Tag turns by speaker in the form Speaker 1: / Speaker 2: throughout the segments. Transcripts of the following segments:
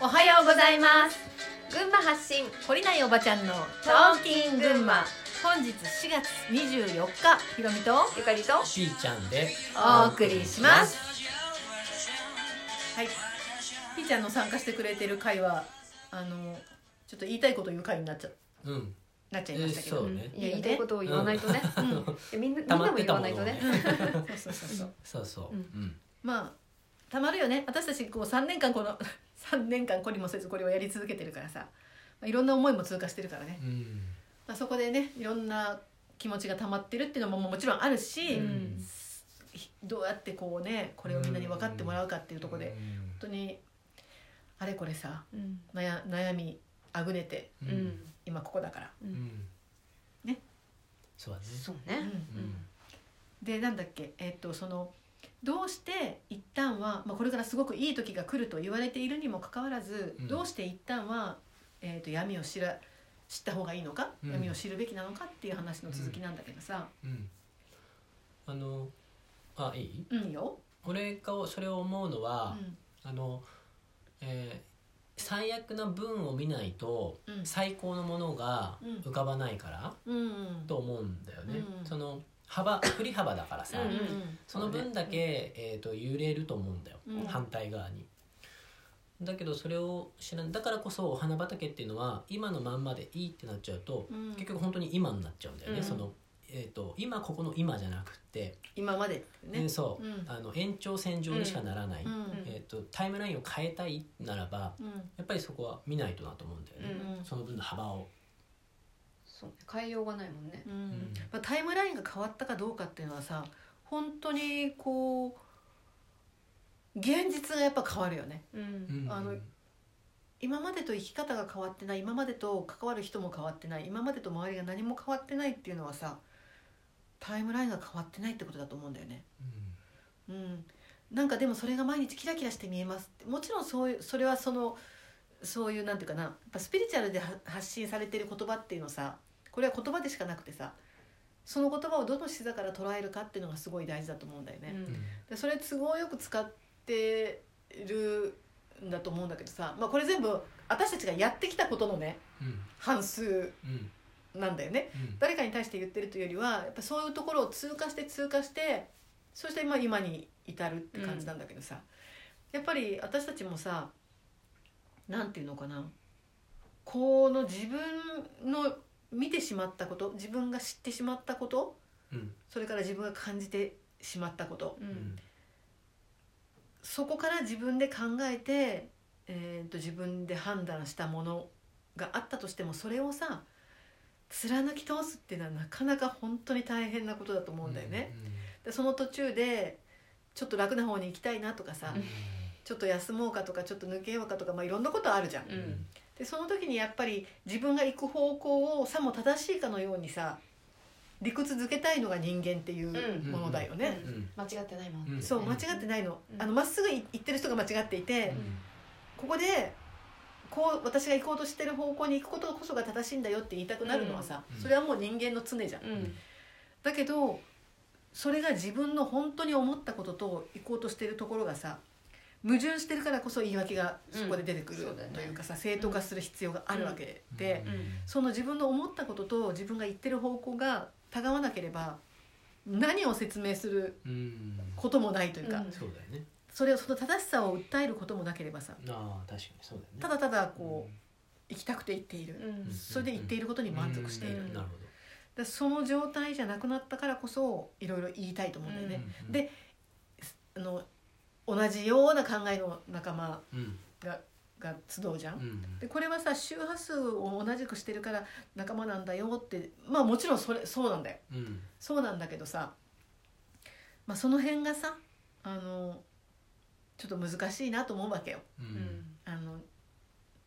Speaker 1: おはようございます
Speaker 2: 群馬発信
Speaker 1: 懲りないおばちゃんの
Speaker 2: トーキン群馬
Speaker 1: 本日4月24日ひろみと
Speaker 2: ゆかりと
Speaker 3: しーちゃんで
Speaker 1: お送りしますはいひーちゃんの参加してくれてる会はあのちょっと言いたいこと言う会になっちゃ
Speaker 3: うん
Speaker 1: なっちゃいましたけど、
Speaker 3: そうね
Speaker 2: いや
Speaker 1: いいよね
Speaker 2: 言いたいことを言わないとね、
Speaker 1: うん
Speaker 2: いやみんなみん
Speaker 3: 溜ま
Speaker 2: な
Speaker 3: っ
Speaker 2: も
Speaker 3: て
Speaker 2: 言
Speaker 3: た
Speaker 2: わ
Speaker 3: も
Speaker 2: な
Speaker 3: の
Speaker 2: い
Speaker 3: を
Speaker 2: と
Speaker 3: ね
Speaker 2: ね
Speaker 1: そうそうそう そう
Speaker 3: そうそう
Speaker 2: う
Speaker 3: うんん
Speaker 1: まあたまるよね私たちこう3年間この 3年間こりもせずこれをやり続けてるからさ、まあ、いろんな思いも通過してるからね、
Speaker 3: うん
Speaker 1: まあ、そこでねいろんな気持ちが溜まってるっていうのももうもちろんあるし、
Speaker 2: うん
Speaker 1: ひどうやってこうねこれをみんなに分かってもらうかっていうところで、本当にあれこれさ
Speaker 2: うん
Speaker 1: 悩悩みあぐねて
Speaker 3: う
Speaker 2: うんん
Speaker 1: 今ここだから、
Speaker 2: うん
Speaker 1: ね
Speaker 3: そうだね
Speaker 2: そう
Speaker 1: う
Speaker 2: ね
Speaker 1: ん
Speaker 3: うん
Speaker 1: でなんだっけえっとそのどうして一旦は、まあ、これからすごくいい時が来ると言われているにもかかわらず、
Speaker 3: うん
Speaker 1: どうして一旦は、えっと闇を知ら知った方がいいのか、
Speaker 3: うん
Speaker 1: 闇を知るべきなのかっていう話の続きなんだけどさ、
Speaker 3: うんあのあいい
Speaker 1: うん、よ、
Speaker 3: 俺がそれを思うの
Speaker 1: う
Speaker 3: は
Speaker 1: ん
Speaker 3: あのえー最悪な文を見ないと
Speaker 1: うん
Speaker 3: 最高のものが
Speaker 1: うん
Speaker 3: 浮かばないから
Speaker 1: うん、
Speaker 3: と思うんだよね
Speaker 1: うん
Speaker 3: その幅振り幅だからさ
Speaker 1: うんうん
Speaker 3: その分だけ、えー、と揺れると思うんだよ、
Speaker 1: うん
Speaker 3: 反対側に。だけどそれを知らんだからこそお花畑っていうのは今のまんまでいいってなっちゃうと、
Speaker 1: うん
Speaker 3: 結局本当に今になっちゃうんだよね、
Speaker 1: うん
Speaker 3: その、えー、と今ここの今じゃなくって、
Speaker 1: 今までってね
Speaker 3: ね、そう、
Speaker 1: うん
Speaker 3: あの延長線上にしかならない、
Speaker 1: うん
Speaker 3: えー、とタイムラインを変えたいならば
Speaker 1: うん
Speaker 3: やっぱりそこは見ないとなと思うんだよ
Speaker 1: う
Speaker 3: ね、
Speaker 1: ん
Speaker 3: その分の幅を。
Speaker 2: そうね変えようがないもんね
Speaker 1: うんまあ、タイムラインが変わったかどうかっていうのはさ本当にこう現実がやっぱ変わるよね
Speaker 2: うん
Speaker 3: うん
Speaker 1: あの今までと生き方が変わってない今までと関わる人も変わってない今までと周りが何も変わってないっていうのはさタイムラインが変わってないってことだと思うんだよね。
Speaker 3: うん
Speaker 1: うん、なんかでもそれが毎日キラキラして見えますってもちろんそういうそれはそのそういうなんていうかなやっぱスピリチュアルでは発信されている言葉っていうのさこれは言葉でしかなくてさその言葉をどの視座から捉えるかっていうのがすごい大事だと思うんだよね。
Speaker 2: うん
Speaker 1: でそれ都合よく使ってるんだと思うんだけどさ、まあ、これ全部私たちがやってきたことのね
Speaker 3: うん
Speaker 1: 半数
Speaker 3: うん
Speaker 1: なんだよね
Speaker 3: うん
Speaker 1: 誰かに対して言ってるというよりはやっぱそういうところを通過して通過してそしてまあ今に至るって感じなんだけどさ、やっぱり私たちもさなんていうのかなこの自分の見てしまったこと自分が知ってしまったこと
Speaker 3: うん
Speaker 1: それから自分が感じてしまったこと
Speaker 2: う
Speaker 3: うんん
Speaker 1: そこから自分で考えて、えー、と自分で判断したものがあったとしてもそれをさ貫き通すっていうのはなかなか本当に大変なことだと思うんだよね。でその途中でちょっと楽な方に行きたいなとかさ、
Speaker 2: うん
Speaker 1: ちょっと休もうかとかちょっと抜けようかとか、まあ、いろんなことあるじゃん。
Speaker 2: うん
Speaker 1: でその時にやっぱり自分が行く方向をさも正しいかのようにさ理屈づけたいのが人間っていうものだよね。
Speaker 3: うんうん
Speaker 2: 間違ってないもん
Speaker 3: うん
Speaker 1: そう間違ってないの
Speaker 2: うん
Speaker 1: あのまっすぐ行ってる人が間違っていて、
Speaker 3: うん
Speaker 1: ここでこう私が行こうとしてる方向に行くことこそが正しいんだよって言いたくなるのはさ、
Speaker 3: うん
Speaker 1: それはもう人間の常じゃん、
Speaker 2: うん
Speaker 1: だけどそれが自分の本当に思ったことと行こうとしてるところがさ矛盾してるからこそ言い訳がそこで出てくる
Speaker 2: うんそうだよね
Speaker 1: というかさ、正当化する必要があるわけで、
Speaker 2: うん
Speaker 1: その自分の思ったことと自分が言ってる方向が違わなければ何を説明する
Speaker 3: うん
Speaker 1: こともないというか、
Speaker 2: うん
Speaker 3: そうだよね
Speaker 1: それをその正しさを訴えることもなければさ
Speaker 3: ああ確かにそうだよね
Speaker 1: ただただこう行きたくて行っている、
Speaker 2: うん
Speaker 1: それで言っていることに満足している、
Speaker 3: うん
Speaker 1: だか
Speaker 3: なるほ
Speaker 1: らその状態じゃなくなったからこそいろいろ言いたいと思うんだよ
Speaker 3: ど
Speaker 1: ね、
Speaker 3: うん
Speaker 1: であの同じような考えの仲間
Speaker 3: うん
Speaker 1: が集うじゃん、
Speaker 3: うん
Speaker 1: でこれはさ周波数を同じくしてるから仲間なんだよってまあもちろんそれそうなんだよ
Speaker 3: うん
Speaker 1: そうなんだけどさ、まあ、その辺がさあのちょっと難しいなと思うわけよ
Speaker 3: う
Speaker 2: うんん
Speaker 1: あの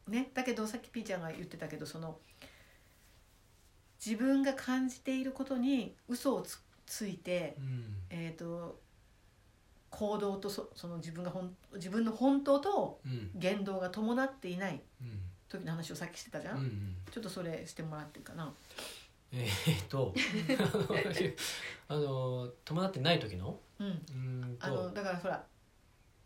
Speaker 1: ねだけどさっきピーちゃんが言ってたけどその自分が感じていることに嘘をつついて、
Speaker 3: うん
Speaker 1: えー、と行動とそその自分が本自分の本当と
Speaker 3: うん
Speaker 1: 言動が伴っていない
Speaker 3: うん
Speaker 1: 時の話をさっきしてたじゃん、
Speaker 3: うん
Speaker 1: ちょっとそれしてもらっていいかな
Speaker 3: えーっとあの伴ってない時の
Speaker 1: うん
Speaker 3: うーん
Speaker 1: あの
Speaker 3: と
Speaker 1: だからほら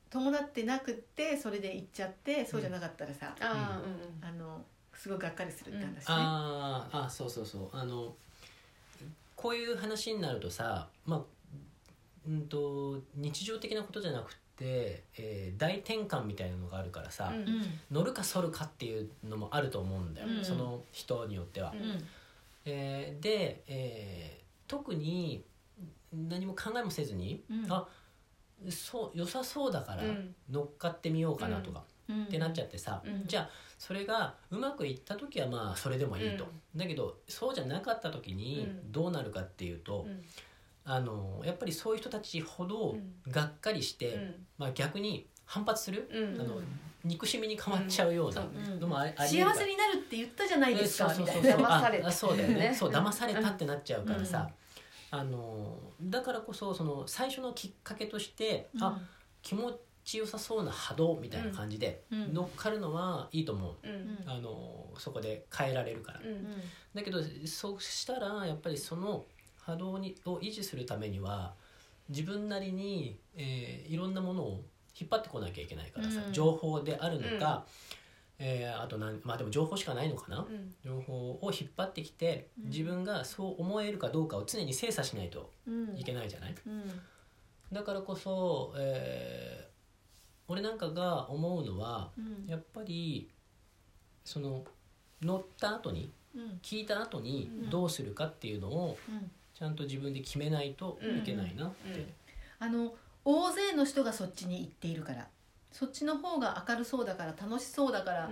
Speaker 1: 伴ってなくってそれで行っちゃってそうじゃなかったらさ、
Speaker 2: ああ、うんうん。
Speaker 1: あのすごいがっかりするって話ね、
Speaker 3: あーあそうそうそうあのこういう話になるとさまあうんと日常的なことじゃなくって、えー大転換みたいなのがあるからさ、
Speaker 2: うん
Speaker 3: 乗るか反るかっていうのもあると思うんだよ、
Speaker 1: うん
Speaker 3: その人によっては。
Speaker 2: うん
Speaker 1: うん
Speaker 3: えーで、えー特に何も考えもせずに、
Speaker 1: うん
Speaker 3: あそう良さそうだから
Speaker 2: うん
Speaker 3: 乗っかってみようかなとか、
Speaker 1: うん
Speaker 3: ってなっちゃってさ、
Speaker 2: うん
Speaker 3: じゃあそれがうまくいった時はまあそれでもいいと、だけどそうじゃなかった時に
Speaker 2: うん
Speaker 3: どうなるかっていうと、
Speaker 2: うん
Speaker 3: あのやっぱりそういう人たちほど
Speaker 2: うん
Speaker 3: がっかりして、
Speaker 2: うん
Speaker 3: まあ、逆に反発する、
Speaker 2: うん
Speaker 3: あの憎しみに変わっちゃうような
Speaker 2: うん
Speaker 1: うん
Speaker 3: のもあり,、あ
Speaker 1: 幸
Speaker 3: りえるから
Speaker 1: せになるって言ったじゃないですか
Speaker 3: そ
Speaker 1: み
Speaker 3: うそ
Speaker 1: た
Speaker 3: う
Speaker 1: い
Speaker 3: そう
Speaker 1: な
Speaker 2: 騙
Speaker 3: そう
Speaker 2: され
Speaker 3: あ
Speaker 2: た
Speaker 3: あそうだよね
Speaker 2: ね
Speaker 3: そう騙されたってなっちゃうからさ、あのだからこそその最初のきっかけとして、あ気持ちよさそうな波動みたいな感じで
Speaker 1: うんうん
Speaker 3: 乗っかるのはいいと思
Speaker 2: う
Speaker 3: う、
Speaker 2: ん
Speaker 1: うん
Speaker 3: あのそこで変えられるから、
Speaker 2: うん
Speaker 1: うん
Speaker 3: だけどそうしたらやっぱりその波動にを維持するためには自分なりに、えーいろんなものを引っ張ってこなきゃいけないからさ、
Speaker 1: うん
Speaker 3: 情報であるのか、えーあとなんまあでも情報しかないのかな、
Speaker 2: うん
Speaker 3: 情報を引っ張ってきて
Speaker 1: うん
Speaker 3: 自分がそう思えるかどうかを常に精査しないと
Speaker 1: うん
Speaker 3: いけないじゃない、
Speaker 1: うん
Speaker 3: だからこそ、えー俺なんかが思うのは
Speaker 1: うん
Speaker 3: やっぱりその乗った後に
Speaker 1: うん
Speaker 3: 聞いた後に
Speaker 2: うん
Speaker 3: どうするかっていうのを
Speaker 1: うん
Speaker 3: ちゃんと自分で決めないといけないなって、
Speaker 1: あの大勢の人がそっちに行っているからそっちの方が明るそうだから楽しそうだからっ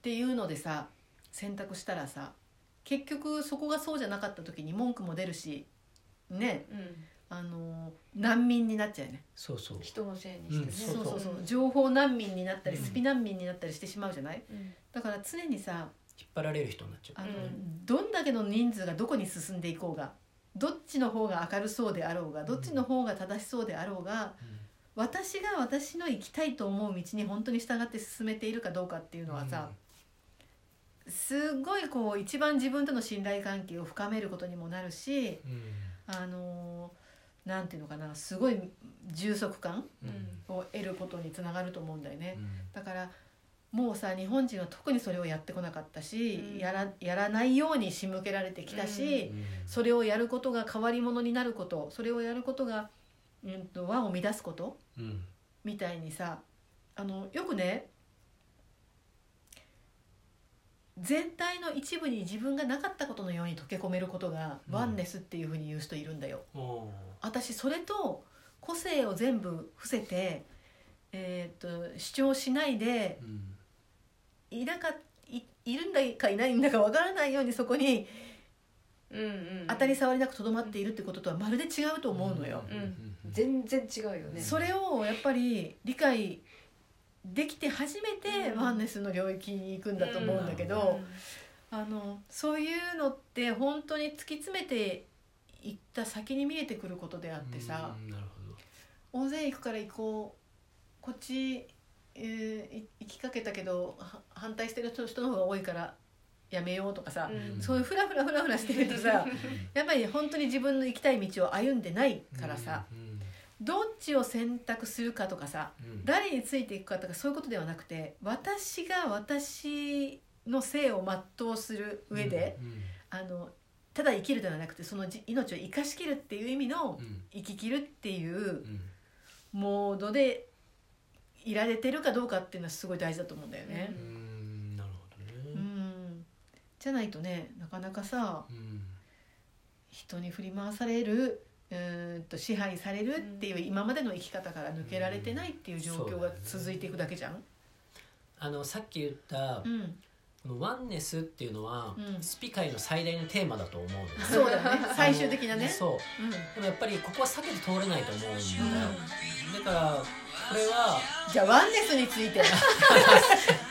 Speaker 1: ていうのでさ選択したらさ結局そこがそうじゃなかった時に文句も出るしね
Speaker 2: うん
Speaker 1: あの難民になっちゃうよね
Speaker 3: そうそう
Speaker 2: 人のせいにしてね。
Speaker 3: うん
Speaker 1: そうそうそう
Speaker 2: うん
Speaker 1: 情報難民になったり
Speaker 3: うん
Speaker 1: スピ難民になったりしてしまうじゃない
Speaker 2: うん
Speaker 1: だから常にさ
Speaker 3: 引っ張られる人になっちゃ
Speaker 1: あの、
Speaker 2: うん
Speaker 1: どんだけの人数がどこに進んでいこうがどっちの方が明るそうであろうがどっちの方が正しそうであろうが
Speaker 3: う、
Speaker 1: 私が私の行きたいと思う道に本当に従って進めているかどうかっていう
Speaker 3: うん
Speaker 1: のはさ、すごいこう一番自分との信頼関係を深めることにもなるし
Speaker 3: うん
Speaker 1: あのーなんていうのかなすごい充足感
Speaker 3: うん
Speaker 1: を得ることにつながると思うんだよね
Speaker 3: う。ん
Speaker 1: だからもうさ日本人は特にそれをやってこなかったし、
Speaker 2: うん
Speaker 1: やらやらないように仕向けられてきたし、
Speaker 3: うん
Speaker 1: それをやることが変わり者になることそれをやることが、うん、と和を乱すこと
Speaker 3: うん
Speaker 1: みたいにさあのよくね全体の一部に自分がなかったことのように溶け込めることが
Speaker 3: うん
Speaker 1: ワンネスっていうふうに言う人いるんだよ。
Speaker 3: おー
Speaker 1: 私それと個性を全部伏せて、えー、と主張しないで
Speaker 3: うん
Speaker 1: いなかいいるんだかいないんだかわからないようにそこに
Speaker 2: うんうん
Speaker 1: 当たり障りなくとどまっているってこととはまるで違うと思うのよ。
Speaker 3: んうん
Speaker 2: 全然違うよね。
Speaker 1: それをやっぱり理解できて初めて
Speaker 2: うん
Speaker 1: ワンネスの領域に行くんだと思うんだけ
Speaker 3: を
Speaker 1: ど、あのそういうのって本当に突き詰めていった先に見えてくることであってさ、
Speaker 3: うんなるほど
Speaker 1: 大勢行くから行こうこっち、えーい行きかけたけどは反対してる人人の方が多いからやめようとかさ、
Speaker 2: うん
Speaker 1: そういうふらふらふらふらしてるとさやっぱり本当に自分の行きたい道を歩んでないからさ、
Speaker 3: うん
Speaker 1: どっちを選択するかとかさ
Speaker 3: うん
Speaker 1: 誰についていくかとかそういうことではなくて私が私の性を全うする上で、
Speaker 3: うん
Speaker 1: あのただ生きるではなくてそのじ命を生かしきるっていう意味の
Speaker 3: うん
Speaker 1: 生ききるっていう
Speaker 3: うん
Speaker 1: モードでいられてるかどうかっていうのはすごい大事だと思うんだよね
Speaker 3: う。んなるほど
Speaker 1: う
Speaker 3: ね
Speaker 1: んじゃないとねなかなかさ
Speaker 3: うん
Speaker 1: 人に振り回されるうーんと支配されるっていう今までの生き方から抜けられてないっていう状況が続いていくだけじゃん。
Speaker 3: あのさっき言った
Speaker 1: うん
Speaker 3: このワンネスっていうのは、
Speaker 1: うん
Speaker 3: スピ界の最大のテーマだと思うのね
Speaker 1: そうだ ね最終的なね。
Speaker 3: そう
Speaker 1: うん
Speaker 3: でもやっぱりここは避けて通れないと思うんだよ、だからこれは
Speaker 1: じゃあワンネスについて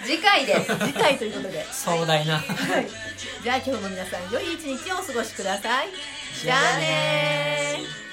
Speaker 2: 次回です。
Speaker 1: 次回ということで、は、
Speaker 3: 壮大ない
Speaker 1: じゃあ今日も皆さん良い一日をお過ごしくださいじゃあねー